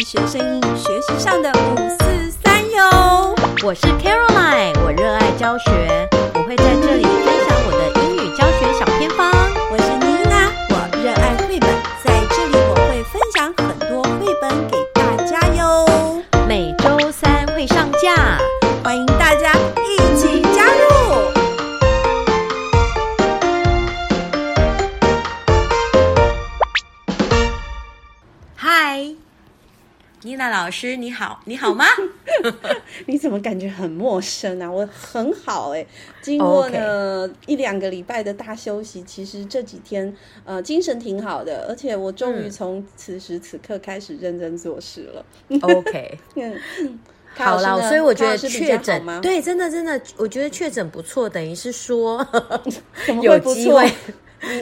医学生英语学习上的五四三哟。我是 Caroline，我热爱教学，我会在这里分享我的英语教学小偏方。我是妮娜，我热爱绘本，在这里我会分享很多绘本给大家哟，每周三会上架。欢迎大家一起加入。嗨，妮娜老师，你好，你好吗？你怎么感觉很陌生啊？我很好哎、经哦过呢一两个礼拜的大休息，其实这几天呃精神挺好的，而且我终于嗯从此时此刻开始认真做事了。 OK，嗯，卡好啦老师，呢所以我觉卡得老师比较确好诊吗？对，真的真的，我觉得确诊不错，等于是说怎么会 有不机错？会，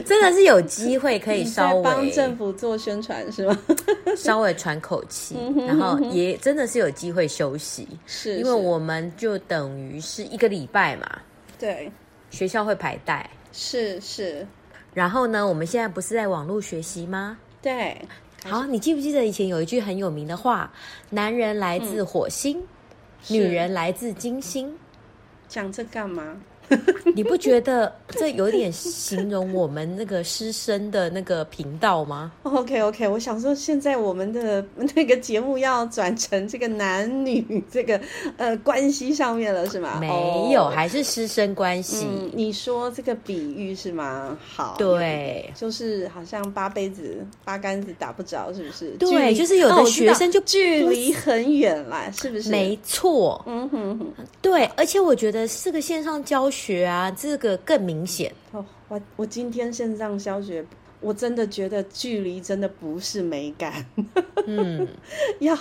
真的是有机会可以你稍在帮微政府做宣传 是吗？ 稍微喘口气嗯，哼然后嗯哼也真的是有机会休息，因是，是为我们就等于是一个礼拜嘛，对学校会排带。是是，然后呢，我们现在不是在网络学习吗？对，好，你记不记得以前有一句很有名的话：“男人来自火星，女嗯是人来自金星。讲这干嘛？”你不觉得这有点形容我们那个师生的那个频道吗？ OK OK，我想说，现在我们的 那个节目要转成这个男女这个呃关系上面了，是吗？没有， 哦还是师生关系。嗯，你说这个比喻是吗？好，对哦就是好像八杯子八竿子打不着，是不是？对距离就是有的哦我知道学生就距离很远啦，是不是？没错，嗯哼哼，对，而且我觉得这个线上教学啊，这个更明显。哦，我我今天线上教学，我真的觉得距离真的不是美感，嗯， 要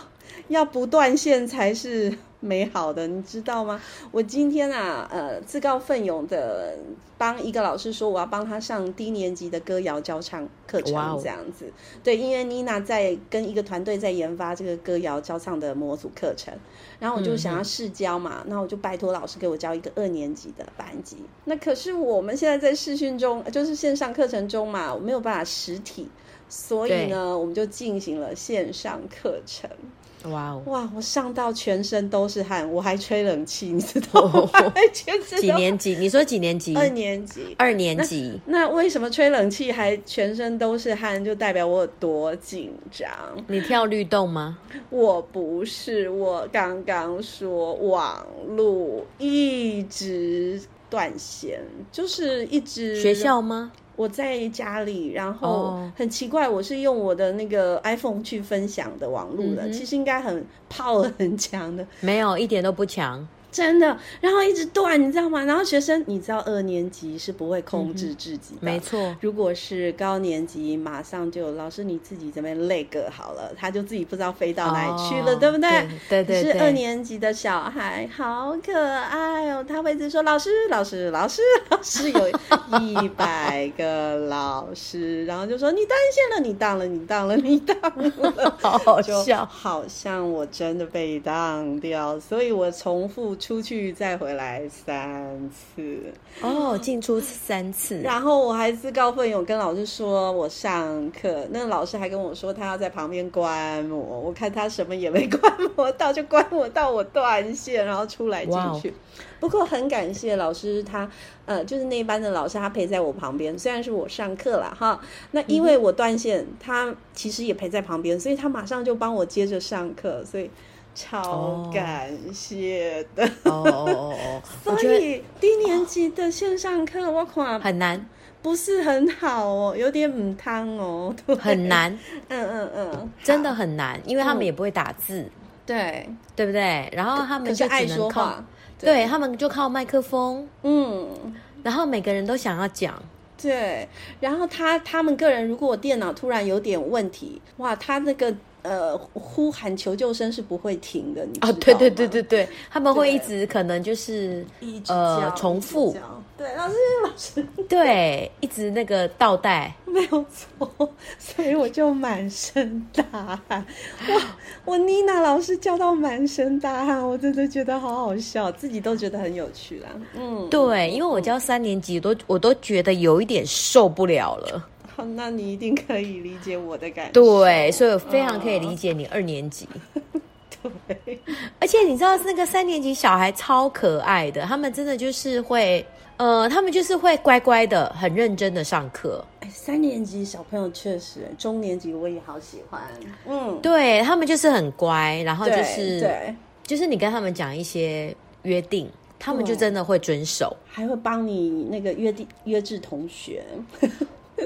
要不断线才是美好的，你知道吗？我今天啊，呃，自告奋勇的帮一个老师说，我要帮他上低年级的歌谣教唱课程哇哦，这样子。对，因为妮娜在跟一个团队在研发这个歌谣教唱的模组课程，然后我嗯就想要试教嘛，那我就拜托老师给我教一个二年级的班级。那可是我们现在在视讯中，就是线上课程中嘛，我没有办法实体。所以呢，我们就进行了线上课程。哇 哦，哇，我上到全身都是汗，我还吹冷气，你知 道吗？还全身几都年 级？你说几年级？二年级。二年 级。那为什么吹冷气还全身都是汗，就代表我有多紧张？你跳律动吗？我不是，我刚刚说网路一直断线，就是一直学校吗？我在家里，然后哦很奇怪，我是用我的那个 iPhone 去分享的网路的，嗯哼其实应该很 power 很强的，没有，一点都不强。真的。然后一直断，你知道吗？然后学生，你知道二年级是不会控制自己的，嗯没。错，如果是高年级，马上就老师你自己这边累个好了，他就自己不知道飞到哪里去了，哦对不对？对可对对是二年级的小孩好可爱哦，他会一直说老师老师老师老师，有一百个老师，然后就说你断线了，你当了，你当了，你当了，好 好就笑。好像我真的被当掉，所以我重复出去再回来三次。哦，进出三 次。哦然后我还自告奋勇跟老师说我上课，那老师还跟我说他要在旁边观摩，我看他什么也没观摩到，就观摩到我断线，然后出来进哇哦去。不过很感谢老师他，呃，就是那一班的老师，他陪在我旁边，虽然是我上课了哈，那因为我断线，他其实也陪在旁边，所以他马上就帮我接着上课，所以超哦感谢的。哦哦哦哦，我所觉得以低年级的线上课我看很难，不是很好哦，有点母汤哦，对很，难， 嗯嗯嗯，真好的很难，因为他嗯们也不会打字，对，对不对？然后他可们是就爱只说能靠话，，对，他们就靠麦克风，嗯。然后每个人都想要讲。对，然后他他们个人，如果我电脑突然有点问题，哇，他那个呃呼喊求救声是不会停的，你知道啊，吗？对对对对对，他们会对一直可能就是一直呃叫重一直复叫对，老师老师对，一直那个倒带。 没有错，所以我就满身大汗。哇，我妮娜老师叫到满身大汗，我真的觉得好好笑，自己都觉得很有趣啦。嗯，对，因为我教三年级，都我都觉得有一点受不了了。好，那你一定可以理解我的感受。对，所以我非常可以理解你二年 级。对，而且你知道那个三年级小孩超可爱的，他们真的就是会，呃，他们就是会乖乖的、很认真的上课。哎，三年级小朋友确实，中年级我也好喜欢。嗯，对他们就是很乖，然后就是对，就是你跟他们讲一些约定，他们就嗯真的会遵 守。还会帮你那个约定约制同学。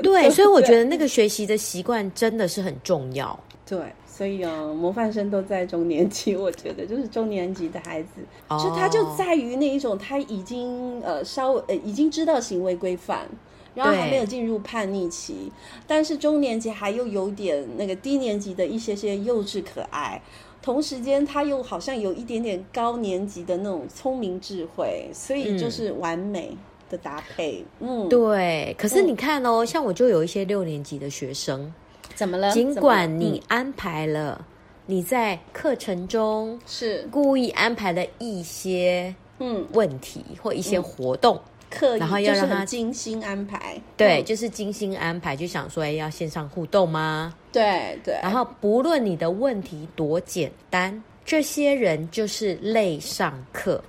对，所以我觉得那个学习的习惯真的是很重要。对，所以哦，模范生都在中年级，我觉得就是中年级的孩子，哦 就他就在于那一种他已经呃稍微呃已经知道行为规范，然后还对没有进入叛逆期，但是中年级还又有点那个低年级的一些些幼稚可爱。同时间，他又好像有一点点高年级的那种聪明智慧，所以就是完美的搭配。嗯，嗯哦对，可是你看哦，像我就有一些六年级的学生，怎么了？尽怎么了管你嗯安排了你在课程中是故意安排了一些嗯问题或一些活动，刻意，然后要就是让他很精心安排。对，嗯就是精心安排，就想说，哎，要线上互动吗？对对，然后不论你的问题多简单，这些人就是累上课。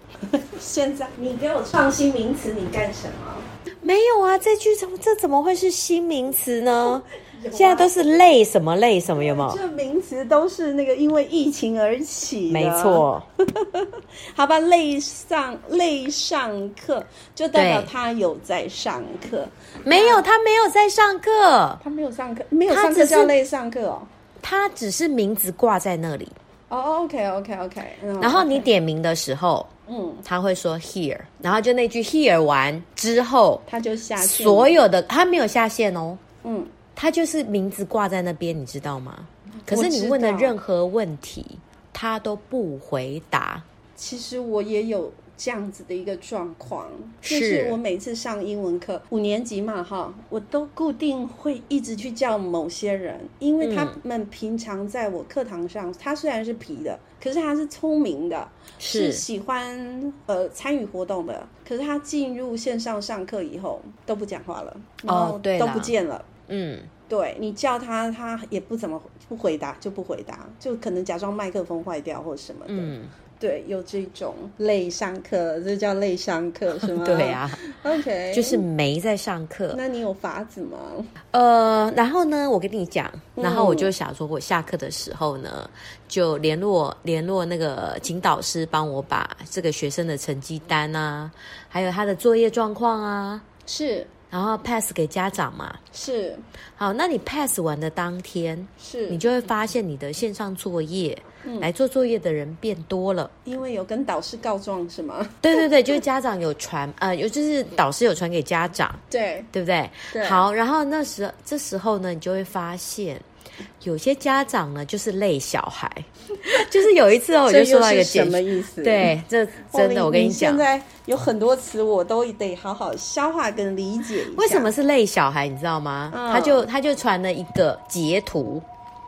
现在你给我创新名词，你干什么？没有啊，这句怎么这怎么会是新名词呢？有啊现在都是累什么累什么，有没有？这名词都是那个因为疫情而起的，没。错，好吧，类上类上课就代表对他有在上课，没有他没有在上课，他没有上课，没有他上只课是叫类上课哦。他只是名字挂在那里。哦，OK OK OK，然后你点名的时候，嗯，他会说 here，然后就那句 here 完之后，他就下去所有的他没有下线哦，嗯，他就是名字挂在那边，你知道吗？可是你知问的道任何问题，他都不回答。其实我也有这样子的一个状况，就是是我每次上英文课，五年级嘛哈，我都固定会一直去叫某些人，因为他们平常在我课堂上，他虽然是皮的，可是他是聪明的，是喜欢呃参与活动的，可是他进入线上上课以后都不讲话了，然后哦对都啦不见了。嗯，对你叫他，他也不怎么不回答，就不回答，就可能假装麦克风坏掉或什么的。嗯，对，有这种类上课，这叫类上课是吗？ 对啊， ，OK，就是没在上课。那你有法子吗？呃，然后呢，我跟你讲，然后我就想说，我下课的时候呢，就联络联络那个请导师，帮我把这个学生的成绩单啊，还有他的作业状况啊，是然后 pass 给家长嘛。是好，那你 pass 完的当天，是，你就会发现你的线上作业、嗯来做作业的人变多了。因为有跟导师告状是吗？对对对，就是家长有传，呃，有就是导师有传给家长，对对不对？对，，好，然后那时这时候呢，你就会发现，有些家长呢就是累小孩， 就是有一次哦，我这就收又到一个是简什么讯，意思？对，这哇，真的，我跟你讲现，在有很多词我都得好好消化跟理解一下。为什么？是累小孩，你知道吗？嗯他就他就传了一个截图。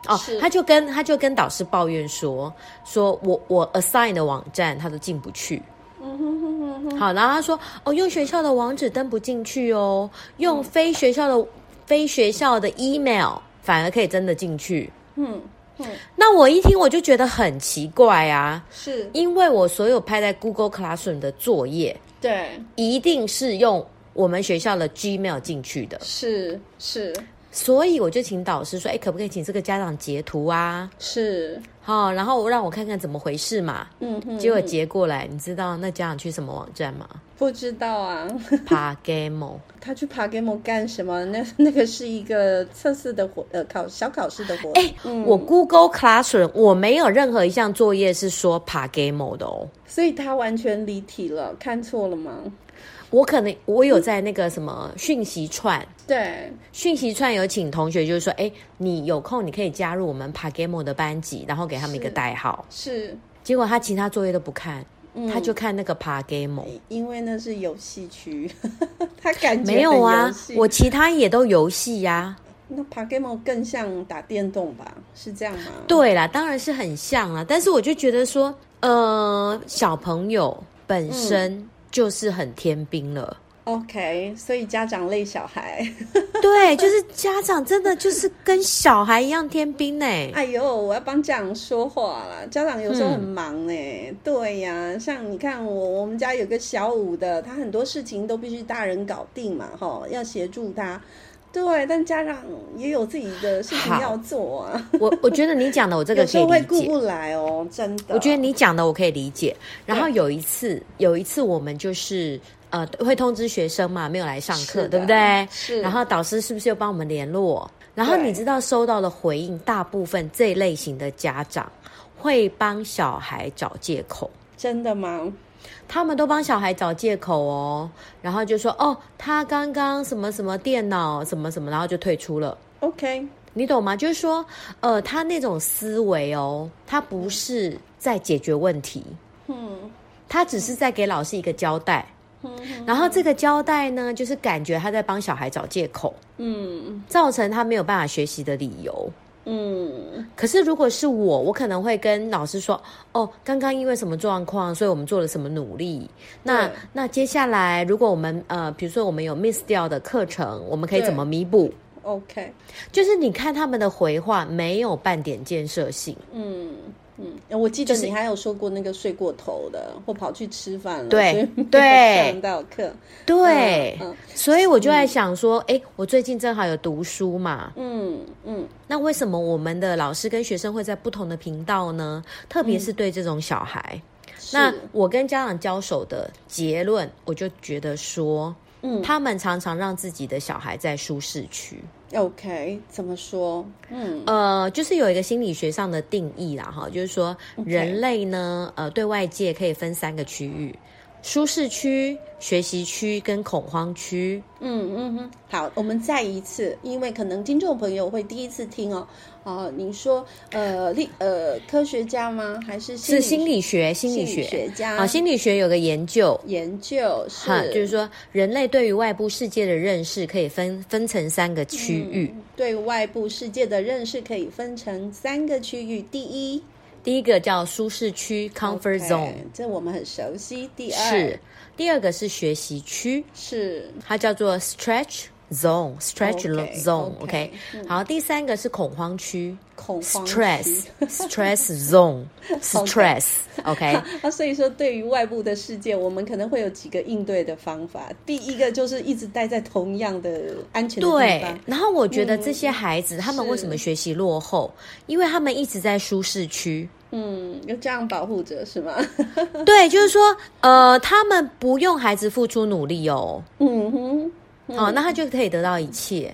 哦是，他就跟他就跟导师抱怨说，说我我 assign 的网站他都进不去，嗯哼哼哼哼，好，然后他说哦，用学校的网址登不进去哦，嗯用非学校的、非学校的 email 反而可以真的进去。嗯嗯，那我一听我就觉得很奇怪啊，是，因为我所有拍在 Google Classroom 的作业对，一定是用我们学校的 Gmail 进去的，是是所以我就请导师说，哎，可不可以请这个家长截图啊？是，好、然后让我看看怎么回事嘛。嗯哼，结果截过来，你知道那家长去什么网站 吗不知道啊。 ？Pagamo。他去爬 game 干什么？ 那那个是一个测试的活，呃，考小考试的活。哎、我 Google Classroom 我没有任何一项作业是说 Pagamo 的哦。所以他完全离题了，看错了吗？我可能我有在那个什么讯息串，对，讯息串有请同学，就是说，哎，你有空你可以加入我们 Pagamo 的班级，然后给他们一个是代号。是，结果他其他作业都不看，嗯他就看那个 Pagamo。因为那是游戏区， 他感觉没有很啊游戏，我其他也都游戏呀、那爬 game 更像打电动吧？是这样吗？，对啦，当然是很像啦，但是我就觉得嗯说，呃，小朋友本身就是很天兵了。 OK，所以家长累小孩， 对，就是家长真的就是跟小孩一样天兵 呢、哎呦，我要帮家长说话啦。家长有时候很嗯忙呢、对呀、像你看我，我们家有个小五的，他很多事情都必须大人搞定嘛，哈，要协助他。对，但家长也有自己的事情好要做 啊，我我觉得你讲的我这个有可时以候会理顾解。不来哦，真的。我觉得你讲的我可以理解。然后有一次，有一次我们就是呃会通知学生嘛，没有来上是课，的对不对？是然后导师是不是又帮我们联络？然后对你知道收到的回应，大部分这一类型的家长会帮小孩找借口。真的吗？他们都帮小孩找借口哦，然后就说哦，他刚刚什么什么电脑什么什么，然后就退出了， OK，你懂吗？就是说，呃，他那种思维哦，他不是在解决问题，嗯他只是在给老师一个交代，嗯然后这个交代呢，就是感觉他在帮小孩找借口，嗯造成他没有办法学习的理由。嗯，可是如果是我，我可能会跟老师说，哦，刚刚因为什么状况，所以我们做了什么努力。那对那接下来，如果我们呃，比如说我们有 miss 掉的课程，我们可以对怎么弥补？ OK，就是你看他们的回话没有半点建设性，嗯嗯，我记得就是你还有说过那个睡过头的，或跑去吃饭了，对所以没有对上到课，对，嗯所以我就在想说，诶，我最近正好有读书嘛，嗯嗯，那为什么我们的老师跟学生会在不同的频道呢？特嗯别是对这种小孩。是那我跟家长交手的结论，我就觉得说，嗯他们常常让自己的小孩在舒适区。 OK 怎么说？嗯呃，就是有一个心理学上的定义啦，哈，就是说 OK 人类呢，呃，对外界可以分三个区域：舒适区、学习区跟恐慌区。嗯嗯哼，好，我们再一次，因为可能听众朋友会第一次听哦，哦，您说呃，历呃科学家吗？还是是心心理学，心理心理学家啊，心理学有个研究，研究是哈，就是说人类对于外部世界的认识可以分分成三个区域。嗯对外部世界的认识可以分成三个区域：第一第一个叫舒适区 （comfort OK， zone），这我们很熟悉；第二是第二个是学习区，是它叫做 stretch zone stretch OK， zone OK， OK，嗯好，第三个是恐慌区恐慌区 stress stress zone stress OK， 啊，所以说对于外部的世界，我们可能会有几个应对的方法。第一个就是一直待在同样的安全的地对方。。嗯然后我觉得这些孩子他们为什么学习落后？因为他们一直在舒适区。嗯，有这样保护着是吗？ 对，就是说，呃，他们不用孩子付出努力哦。嗯哼，哦，那他就可以得到一切。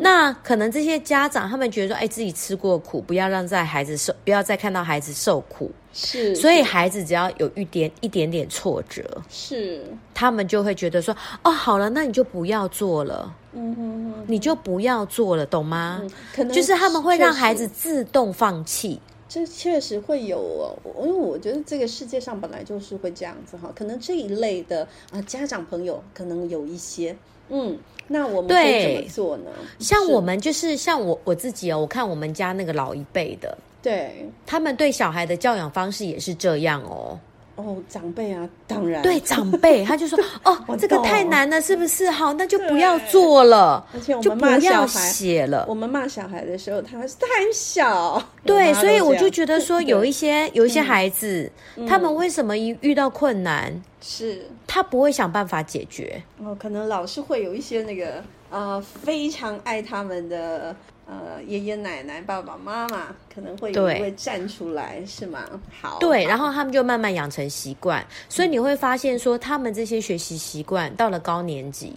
那可能这些家长他们觉得说，哎，自己吃过苦，不要让在孩子受，不要再看到孩子受苦。是，所以孩子只要有一点一点点挫折，是，他们就会觉得说，哦，好了，那你就不要做了，嗯哼哼，你就不要做了，懂吗？嗯可能就是他们会确让实孩子自动放弃。这确实会有哦，我因为我觉得这个世界上本来就是会这样子哈，可能这一类的啊、家长朋友可能有一些，嗯，那我们会怎对么做呢？像是我们就是像我我自己哦，我看我们家那个老一辈的，对他们对小孩的教养方式也是这样哦。哦，长辈啊，当然 对，长辈，他就说：“我哦，这个懂太难了，是不是？好，那就不要做了而且我，就们不骂小要孩写了。我们骂小孩的时候，他说他很 小，对，所以我就得觉得说，有一嗯些有一些孩子，他们为什么一遇到困难，是他不会想办法解决？哦，可能老是会有一些那个呃非常爱他们的呃爷爷奶奶、爸爸妈妈，可能会有对一位站出来，是吗？好，对，好然后他们就慢慢养成习惯，所以你会发现说，他们这些学习习惯到了高年级，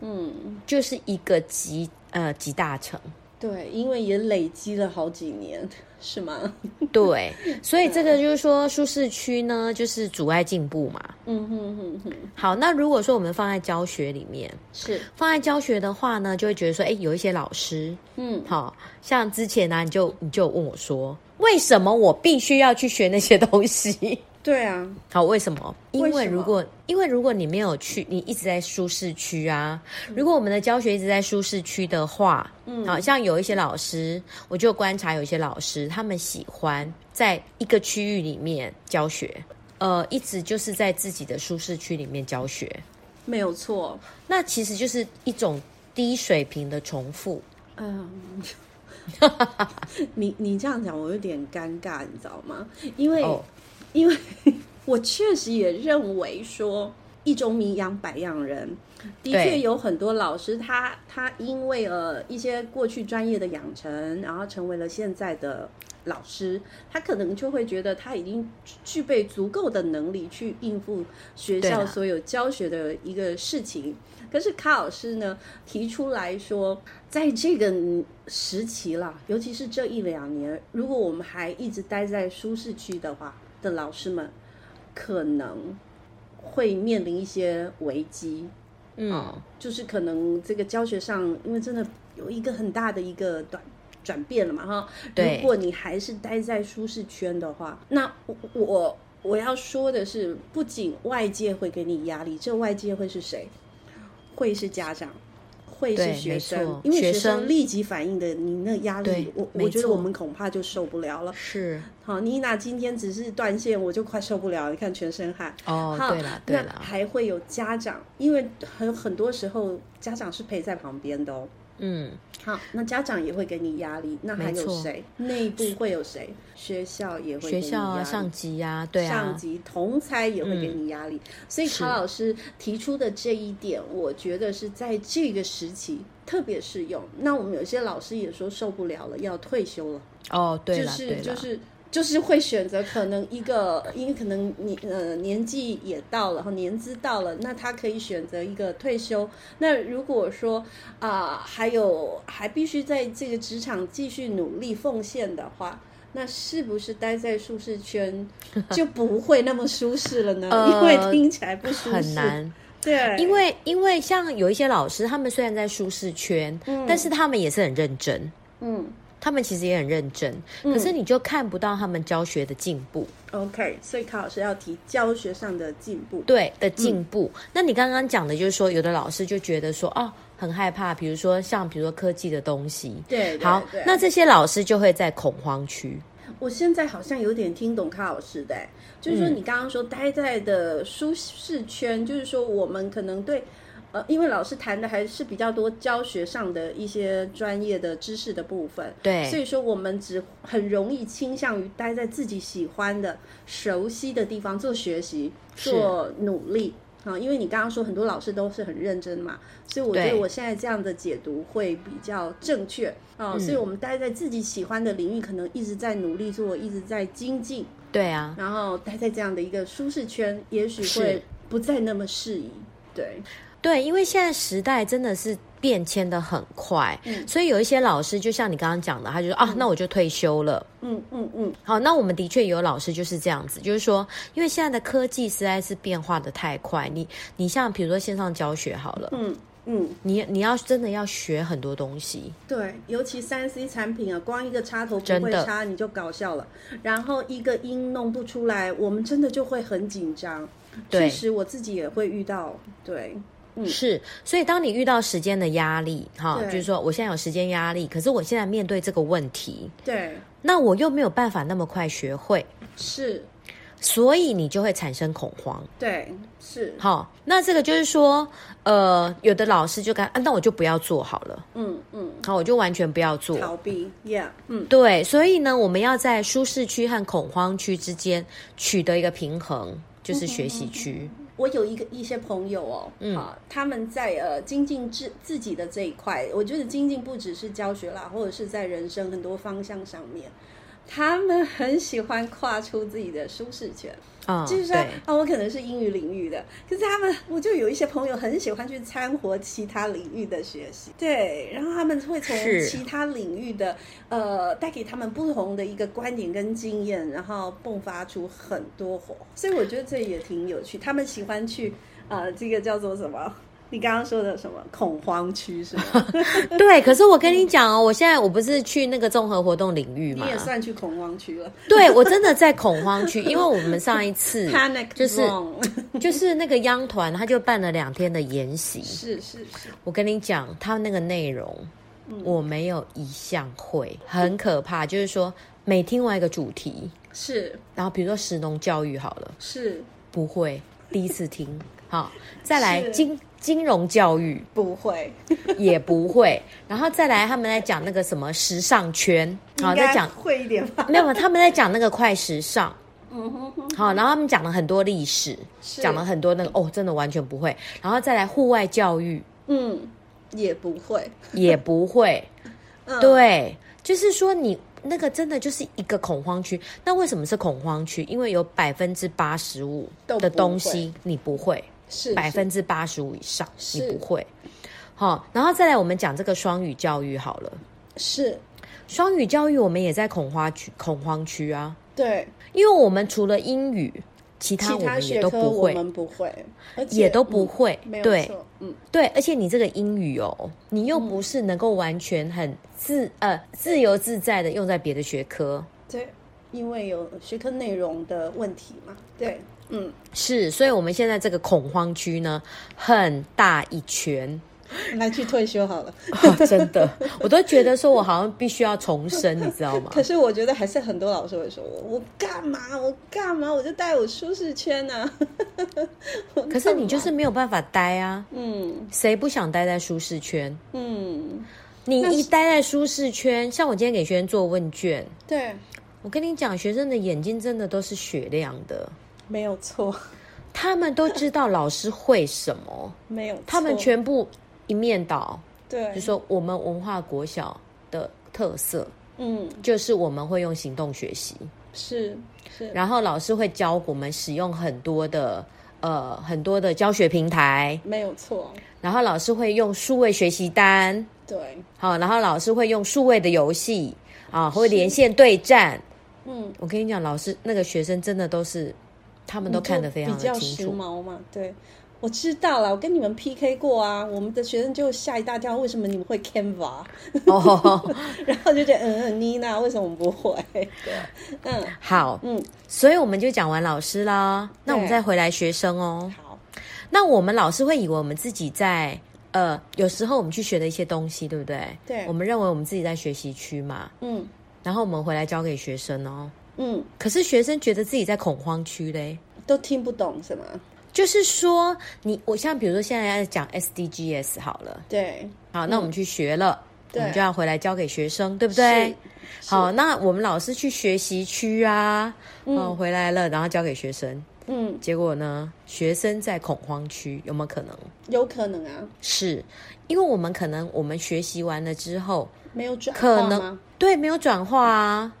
嗯，就是一个集呃集大成。对，因为也累积了好几年，是吗？ 对，所以这个就是说，舒适区呢，就是阻碍进步嘛。嗯哼哼哼，好，那如果说我们放在教学里面，是，放在教学的话呢，就会觉得说，哎，有一些老师，嗯，好像之前呢、啊你就你就问我说，为什么我必须要去学那些东西？ 对啊，好，为什么？因为为什么如果因为如果你没有去，你一直在舒适区啊。嗯如果我们的教学一直在舒适区的话，嗯，好像有一些老师，我就观察有一些老师，他们喜欢在一个区域里面教学，呃，一直就是在自己的舒适区里面教学。没有错，那其实就是一种低水平的重复。嗯， 你你这样讲我有点尴尬，你知道吗？因为、哦因为 我确实也认为说一种米养百样人，的对确有很多老师他他因为呃一些过去专业的养成，然后成为了现在的。老师，他可能就会觉得他已经具备足够的能力去应付学对校啦所有教学的一个事情。可是卡老师呢提出来说，在这个时期啦，尤其是这一两年，如果我们还一直待在舒适区的话，的老师们可能会面临一些危机，嗯，就是可能这个教学上，因为真的有一个很大的一个短。转变了嘛哈，对如果你还是待在舒适圈的话，那我我我要说的是，不仅外界会给你压力，这外界会是谁？会是家长，会是对学没生错，因为学学生生立即反应的，你那压力对，我没我觉得我错们恐怕就受不了了。是好，妮娜今天只是断线，我就快受不了了，你看全身汗。哦，好对了对那了，还会有家长，因为很很多时候家长是陪在旁边的哦。嗯，好，那家长也会给你压力，那还没有错谁？内部会有谁？学校也会给学你校压啊，力上级啊，对上啊，级同才也会给你压力。所以是卡老师提出的这一点，我觉得是在这个时期特别适用。那我们有些老师也说受不了了，要退休了，哦，对就了对是了，就是。就是会选择可能一个，因为可能你呃年纪也到了，然后年资到了，那他可以选择一个退休。那如果说啊、还有还必须在这个职场继续努力奉献的话，那是不是待在舒适圈 就不会那么舒适了呢？呃因为听起来不舒适，很难。对，因为因为像有一些老师，他们虽然在舒适圈，但是他们也是很认真，嗯他们其实也很认真，可是你就看不到他们教学的进步， ，OK，所以卡老师要提教学上的进步，对的进步。那你刚刚讲的就是说，有的老师就觉得说，哦，很害怕，比如说像比如说科技的东西。对，对好对，啊那这些老师就会在恐慌区。我现在好像有点听懂卡老师的欸、就是说你刚刚说待在的舒适圈，就是说我们可能对，呃，因为老师谈的还是比较多教学上的一些专业的知识的部分，对所以说我们只很容易倾向于待在自己喜欢的、熟悉的地方做学习、是做努力。啊，因为你刚刚说很多老师都是很认真嘛，所以我觉得对我现在这样的解读会比较正确啊、嗯所以我们待在自己喜欢的领域，可能一直在努力做，一直在精进，对啊，然后待在这样的一个舒适圈，也许会是不再那么适宜。对，对，因为现在时代真的是变迁的很快，嗯所以有一些老师，就像你刚刚讲的，他就说啊，那我就退休了。嗯嗯嗯，好，那我们的确有老师就是这样子，就是说，因为现在的科技实在是变化的太快，你你像比如说线上教学好了，嗯嗯，你你要真的要学很多东西，对，尤其三 C 产品啊，光一个插头不真会的插你就搞笑了，然后一个音弄不出来，我们真的就会很紧张。确对实我自己也会遇到，对，是，所以当你遇到时间的压力，哈，嗯对就是说我现在有时间压力，可是我现在面对这个问题，对，那我又没有办法那么快学会，是，所以你就会产生恐慌。对，是，好，那这个就是说，呃，有的老师就干，啊，那我就不要做好了，嗯嗯，好，我就完全不要做。逃避，yeah，嗯，对，所以呢，我们要在舒适区和恐慌区之间取得一个平衡，就是学习嗯区。我有一个一些朋友哦，嗯、他们在呃精进自自己的这一块，我觉得精进不只是教学啦，或者是在人生很多方向上面，他们很喜欢跨出自己的舒适圈。啊、嗯就是说对，啊，我可能是英语领域的，可是他们，我就有一些朋友很喜欢去掺和其他领域的学习，对，然后他们会从是其他领域的呃带给他们不同的一个观点跟经验，然后迸发出很多火，所以我觉得这也挺有趣。他们喜欢去呃，这个叫做什么？你刚刚说的什么恐慌 区是吗？呃对。可是我跟你讲哦，我现在我不是去那个综合活动领域你嘛？也算去恐慌区了对，我真的在恐慌 区，因为我们上一次，panic 就是 zone 就是那个央团，他就办了两天的研习。是是是，我跟你讲，他那个内容，嗯我没有一项会，很可怕。就是说，每听完一个主题，是然后比如说石农教育好了，是不会，第一次听，好，再来是金金融教育不会，也不会， 然后再来他们在讲那个什么时尚圈，好应在该讲会一点吧。没有，他们在讲那个快时尚，嗯哼哼，好，然后他们讲了很多历史，是讲了很多那个哦，真的完全不会，然后再来户外教育嗯，也不会。 也不会，嗯，对，就是说你那个真的就是一个恐慌区。那为什么是恐慌区？因为有百分之八十五都的不东会西你不会，是百是分之八十五以上你是不会。好、然后再来我们讲这个双语教育好了。是，双语教育我们也在恐慌区，恐慌区啊，对，因为我们除了英语，其他其我他们也学都科不我会，们不会，而且也都不会。没有对错，嗯，对，而且你这个英语哦，你又不是能够完全很自呃自由自在的用在别的学科。对，因为有学科内容的问题嘛， 对，嗯，是，所以我们现在这个恐慌区呢，很大一圈。来去退休好了。哦 真的，我都觉得说我好像必须要重生，你知道吗？ 可是我觉得还是很多老师会说我，我干嘛？我干嘛？我就带我舒适圈呢、 啊。可是你就是没有办法待啊，嗯谁不想待在舒适圈？嗯，你一待在舒适圈，像我今天给学生做问卷，对，我跟你讲，学生的眼睛真的都是雪亮的，没有错， 他们都知道老师会什么，没有错，他们全部一面倒，就对，说我们文化国小的特色嗯，就是我们会用行动学习。是是，然后老师会教我们使用很多的呃很多的教学平台，没有错，然后老师会用数位学习单，对，好，然后老师会用数位的游戏啊，会连线对战。嗯，我跟你讲，老师那个学生真的都是，他们都看得非常比较的清时楚。髦嘛，对。我知道了，我跟你们 PK 过啊，我们的学生就吓一大跳，为什么你们会 Canva？ 哦，然后就觉得，嗯嗯，妮娜为什么我们不会？ 对，嗯好，嗯，所以我们就讲完老师啦，那我们对再回来学生哦。嗯好，那我们老师会以为我们自己在。呃，有时候我们去学的一些东西，对不对？对我们认为我们自己在学习区嘛，嗯然后我们回来交给学生哦。嗯，可是学生觉得自己在恐慌区嘞，都听不懂是吗？就是说你我像比如说现在在讲 SDGs 好了，对，好，那我们去学了，我嗯对们就要回来交给学生，对不对？是好，，那我们老师去学习区啊，嗯、回来了，然后交给学生，嗯，结果呢，学生在恐慌区，有没有可能？有可能啊，是因为我们可能我们学习完了之后，没有转可化能吗？对没有转化啊，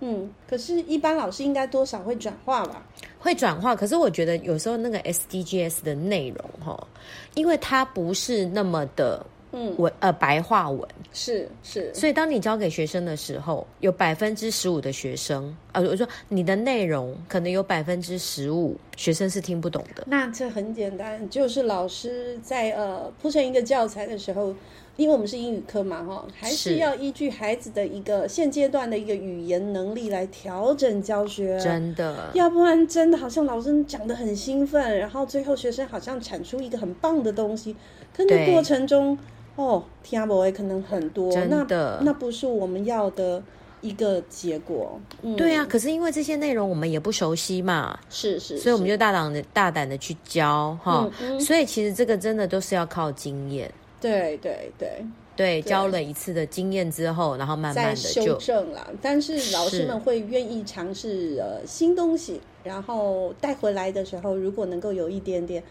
嗯，可是，一般老师应该多少会转化吧？会转化，可是我觉得有时候那个 SDGs 的内容哈，因为它不是那么的嗯文呃白话文，是是，所以当你交给学生的时候，有百分之十五的学生，呃，我说你的内容可能有百分之十五学生是听不懂的，那这很简单，就是老师在呃铺成一个教材的时候，因为我们是英语科嘛，哈，还是是要依据孩子的一个现阶段的一个语言能力来调整教学。真的。要不然真的好像老师讲的很兴奋，然后最后学生好像产出一个很棒的东西，可那对过程中哦，听不也可能很多，真那的那不是我们要的一个结果。嗯，对啊，可是因为这些内容我们也不熟悉嘛，是是，所以我们是就大胆的大胆的去教哈嗯、嗯所以其实这个真的都是要靠经验，对对对，对，教了一次的经验之后，然后慢慢在的修就正啦。但是老师是们会愿意尝试呃新东西，然后带回来的时候，如果能够有一点点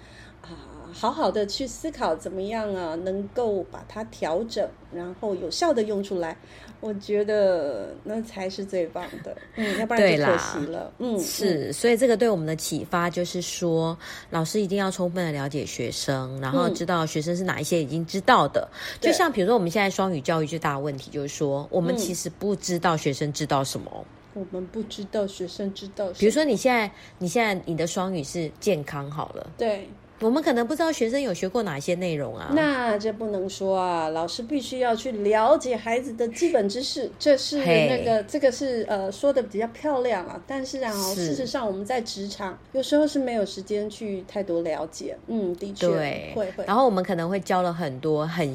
啊、好好的去思考怎么样啊，能够把它调整，然后有效的用出来，我觉得那才是最棒的。嗯，要不然对就啦可惜了。嗯，嗯是，所以这个对我们的启发就是说，老师一定要充分的了解学生，然后知道学生是哪一些已经知道的。就嗯对像比如说我们现在双语教育最大的问题就是说，我们嗯其实不知道学生知道什么。我们不知道学生知道什么，比如说你现在，你现在你的双语是健康好了，对。我们可能不知道学生有学过哪些内容啊。那这不能说啊，老师必须要去了解孩子的基本知识，这是嘿那个这个是呃说的比较漂亮啊，但是啊、是事实上我们在职场有时候是没有时间去太多了解，嗯，的确对，会会然后我们可能会教了很多很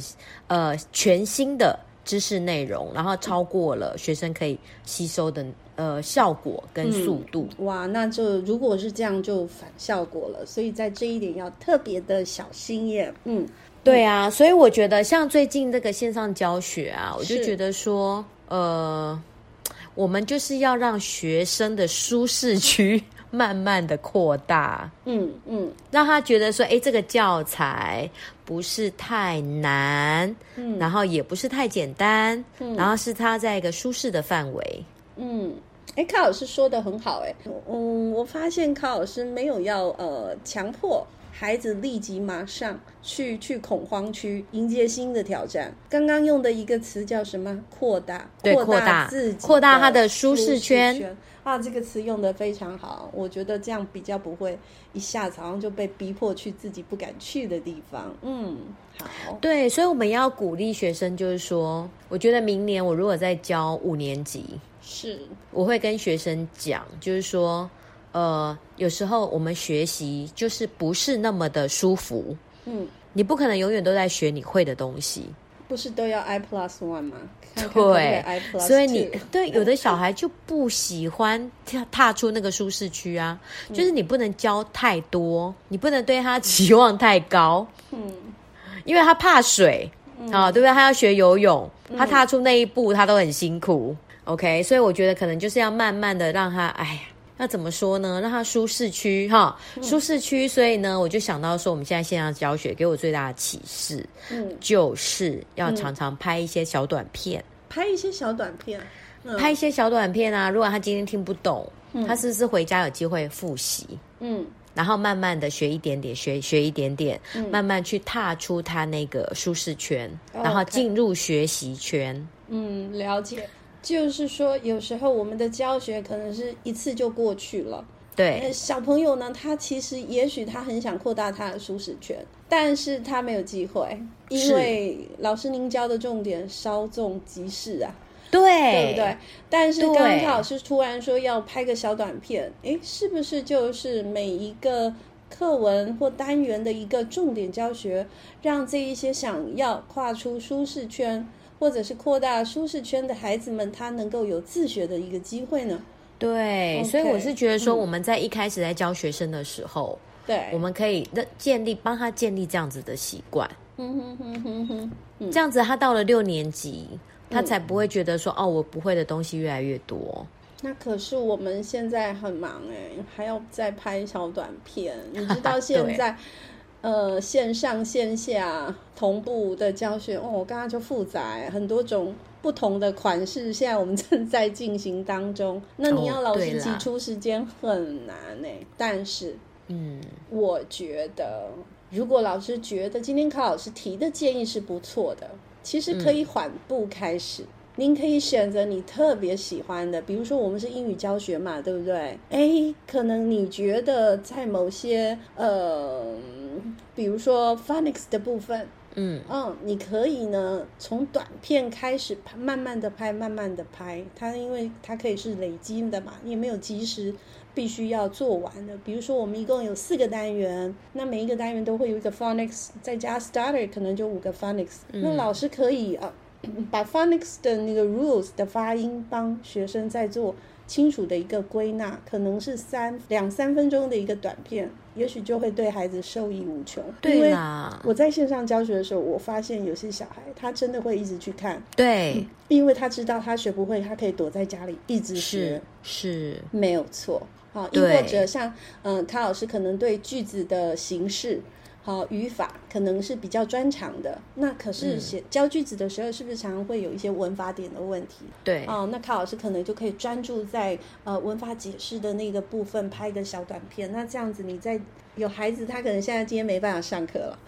呃全新的知识内容，然后超过了学生可以吸收的呃效果跟速度。哇，那就如果是这样就反效果了，所以在这一点要特别的小心耶。嗯，对啊，所以我觉得像最近这个线上教学啊，我就是觉得说，呃，我们就是要让学生的舒适区 慢慢的扩大，嗯嗯让他觉得说，哎，这个教材不是太难，嗯然后也不是太简单，嗯然后是他在一个舒适的范围。嗯。哎，康老师说的很好，哎，嗯，我发现康老师没有要呃强迫孩子立即马上去去恐慌区迎接新的挑战。刚刚用的一个词叫什么？扩大，对扩扩大自己，扩大他的舒舒适圈啊，这个词用的非常好，我觉得这样比较不会一下子好像就被逼迫去自己不敢去的地方。嗯，好，对，所以我们要鼓励学生，就是说，我觉得明年我如果再教五年级，是，我会跟学生讲，就是说，呃，有时候我们学习就是不是那么的舒服，嗯，你不可能永远都在学你会的东西，不是都要 i plus one 吗？看看可不可以对 i，plus，所以你 two 对有的小孩就不喜欢踏踏出那个舒适区啊，就是嗯你不能教太多，你不能对他 期望太高，嗯。因为他怕水啊，对不对？他要学游泳，嗯他踏出那一步，他都很辛苦。OK，所以我觉得可能就是要慢慢的让他，哎呀。要怎么说呢？让他舒适区哈，嗯舒适区。所以呢，我就想到说，我们现在线上教学给我最大的启示，嗯就是要常常拍一些小短片，拍一些小短片，嗯拍一些小短片啊。如果他今天听不懂，他是不是回家有机会复习？嗯然后慢慢的学一点点，学学一点点，慢慢去踏出他那个舒适圈，哦然后 OK 进入学习圈。嗯，了解。就是说，有时候我们的教学可能是一次就过去了。对呃，小朋友呢，他其实也许他很想扩大他的舒适圈，但是他没有机会，因是为老师您教的重点稍纵即逝啊。对对不对？但是刚刚对康老师突然说要拍个小短片，诶，是不是就是每一个课文或单元的一个重点教学，让这一些想要跨出舒适圈或者是扩大舒适圈的孩子们，他能够有自学的一个机会呢？对 OK，所以我是觉得说，嗯我们在一开始在教学生的时候，对，我们可以那建立帮他建立这样子的习惯，哼哼哼哼哼，嗯这样子他到了六年级，他才不会觉得说哦，我不会的东西越来越多。那可是我们现在很忙哎、还要再拍小短片。你知 道现在，呃，线上线下同步的教学，哦，我刚刚就复杂欸、很多种不同的款式，现在我们 正在进行当中。那你哦要老师对挤啦出时间很难哎、但是嗯，我觉得，如果老师觉得今天考老师提的建议是不错的，其实可以缓步开始。您可以选择你特别喜欢的，比如说我们是英语教学嘛，对不对？哎，可能你觉得在某些呃，比如说 phonics 的部分，嗯，嗯，你可以呢，从短片开始拍，慢慢的拍，慢慢的拍。它因为它可以是累积的嘛，也没有及时必须要做完的。比如说，我们一共有四个单元，那每一个单元都会有一个 phonics，再加 starter，可能就五个 phonics、那嗯老师可以啊，把 phonics 的那个 rules 的发音帮学生在做清楚的一个归纳，可能是三两三分钟的一个短片，也许就会对孩子受益无穷。因对为啦，我在线上教学的时候，我发现有些小孩他真的会一直去看，对，因为他知道他学不会，他可以躲在家里一直学是，是，没有错。好，亦对或者像嗯、呃，康老师可能对句子的形式。好，语法可能是比较专长的，那可是写、教句子的时候，是不是常常会有一些文法点的问题？对，哦，那卡老师可能就可以专注在呃文法解释的那个部分拍一个小短片。那这样子，你在有孩子，他可能现在今天没办法上课了，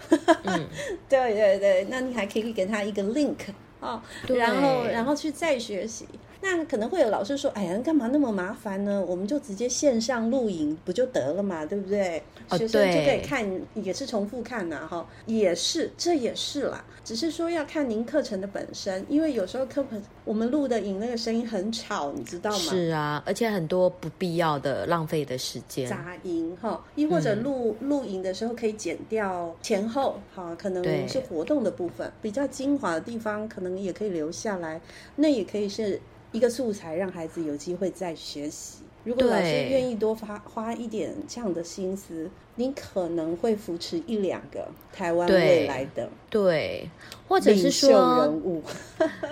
嗯， 对对对，那你还可以给他一个 link 哦，对然后然后去再学习。那可能会有老师说：“哎呀，干嘛那么麻烦呢？我们就直接线上录影不就得了嘛，对不对？”哦学生就可以对看，也是重复看呐、哈，也是，这也是啦，只是说要看您课程的本身，因为有时候课本我们录的影那个声音很吵，你知道吗？是啊，而且很多不必要的浪费的时间。嗯杂音哈，亦或者录录影的时候可以剪掉前后哈，可能对是活动的部分，比较精华的地方可能也可以留下来，那也可以是一个素材，让孩子有机会再学习。如果老师对愿意多花花一点这样的心思，你可能会扶持一两个台湾对未来的对，或者是领袖人说，物。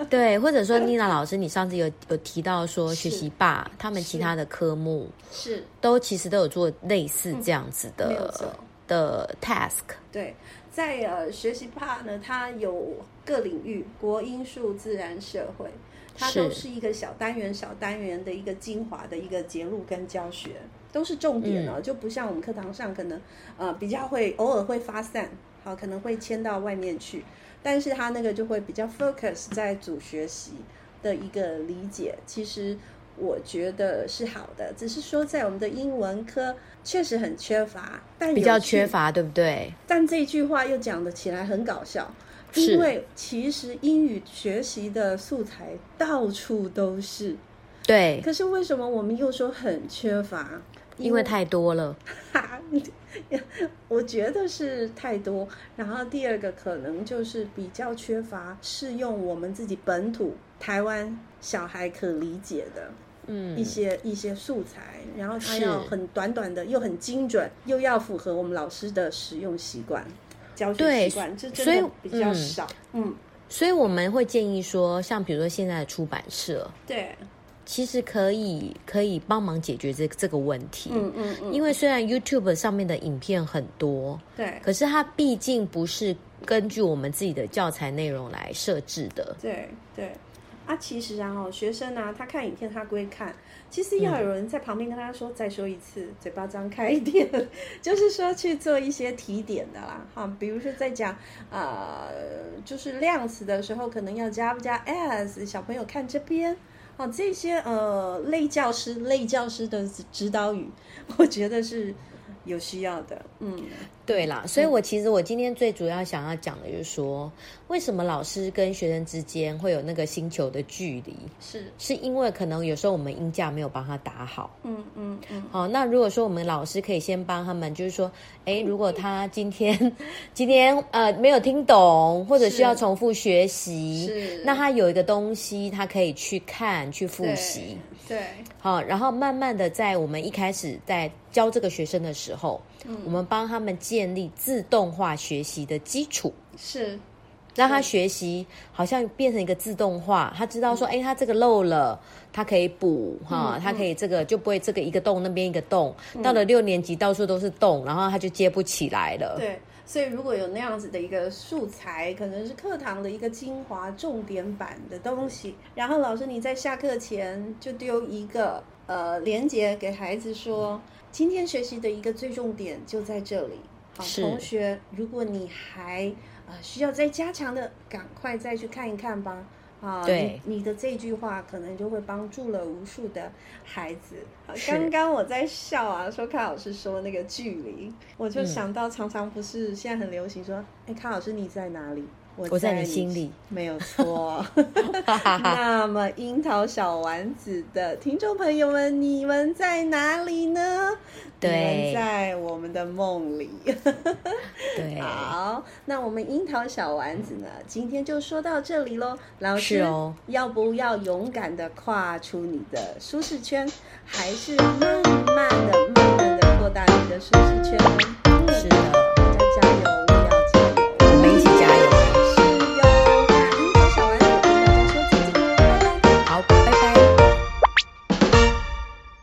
对，或者说妮娜老师，你上次有有提到说学是习霸，他们其是他的科目是，嗯都其实都有做类似这样子没有的、错的 task。对，在呃学习帕呢，它有各领域，国英数、自然、社会，它都是是一个小单元、小单元的一个精华的一个节录跟教学，都是重点嗯哦，就不像我们课堂上可能呃比较会偶尔会发散，好，可能会迁到外面去，但是它那个就会比较 focus 在主学习的一个理解，其实。我觉得是好的，只是说在我们的英文科确实很缺乏，但比较有趣缺乏，对不对？但这句话又讲得起来很搞笑，是因为其实英语学习的素材到处都是，对，可是为什么我们又说很缺乏？因为太多了。哈，我觉得是太多。然后第二个可能就是比较缺乏适用我们自己本土台湾小孩可理解的嗯一，些、一些素材，然后它是要很短短的，又很精准，又要符合我们老师的使用习惯、教学对习惯，这所真以的比较嗯少。嗯，所以我们会建议说，像比如说现在的出版社，对，其实可以可以帮忙解决这这个问题。嗯嗯嗯，因为虽然 YouTube 上面的影片很多，对可是它毕竟不是根据我们自己的教材内容来设置的。对对。啊，其实啊，哦，学生啊，他看影片他归看，其实要有人在旁边跟他说，再说一次，嘴巴张开一点， 就是说去做一些提点的啦，哈，比如说在讲呃，就是量词的时候，可能要加不加 s，小朋友看这边，哦，这些呃类教师类教师的指指导语， 我觉得是有需要的，嗯，对啦，所以我其实我今天最主要想要讲的就是说，为什么老师跟学生之间会有那个星球的距离，是，是因为可能有时候我们音架没有帮他打好。嗯嗯嗯，好，那如果说我们老师可以先帮他们，就是说，诶，如果他今天 今天呃没有听懂，或者是需要重复学习，是，那他有一个东西，他可以去看去复对习。对。好，然后慢慢的，在我们一开始在教这个学生的时候，嗯我们帮他们建立自动化学习的基础，是，让他学习好像变成一个自动化，他知嗯道说，哎、他这个漏了，他可以补哈，他嗯可以这个就不会这个一个洞那边一个洞，到了六年级到处都是洞，然后他就接不起来了。对，所以如果有那样子的一个素材，可能是课堂的一个精华重点版的东西，然后老师你在下课前就丢一个呃连接给孩子说，今天学习的一个最重点就在这里。好，是同学，如果你还呃需要再加强的，赶快再去看一看吧。啊，对你，你的这句话可能就会帮助了无数的孩子。啊是刚刚我在笑啊，说康老师说那个距离，我嗯就想到常常不是现在很流行说，哎、康老师你在哪里？我我在你你心里，没 有错。那么樱桃小丸子的听众朋友们，你们在哪里呢？对你们在我们的梦里。对，好，那我们樱桃小丸子呢，今天就说到这里喽。老师，是哦要不要勇敢的跨出你的舒适圈，还是慢慢的、慢慢的扩大你的舒适圈呢？嗯是的。哦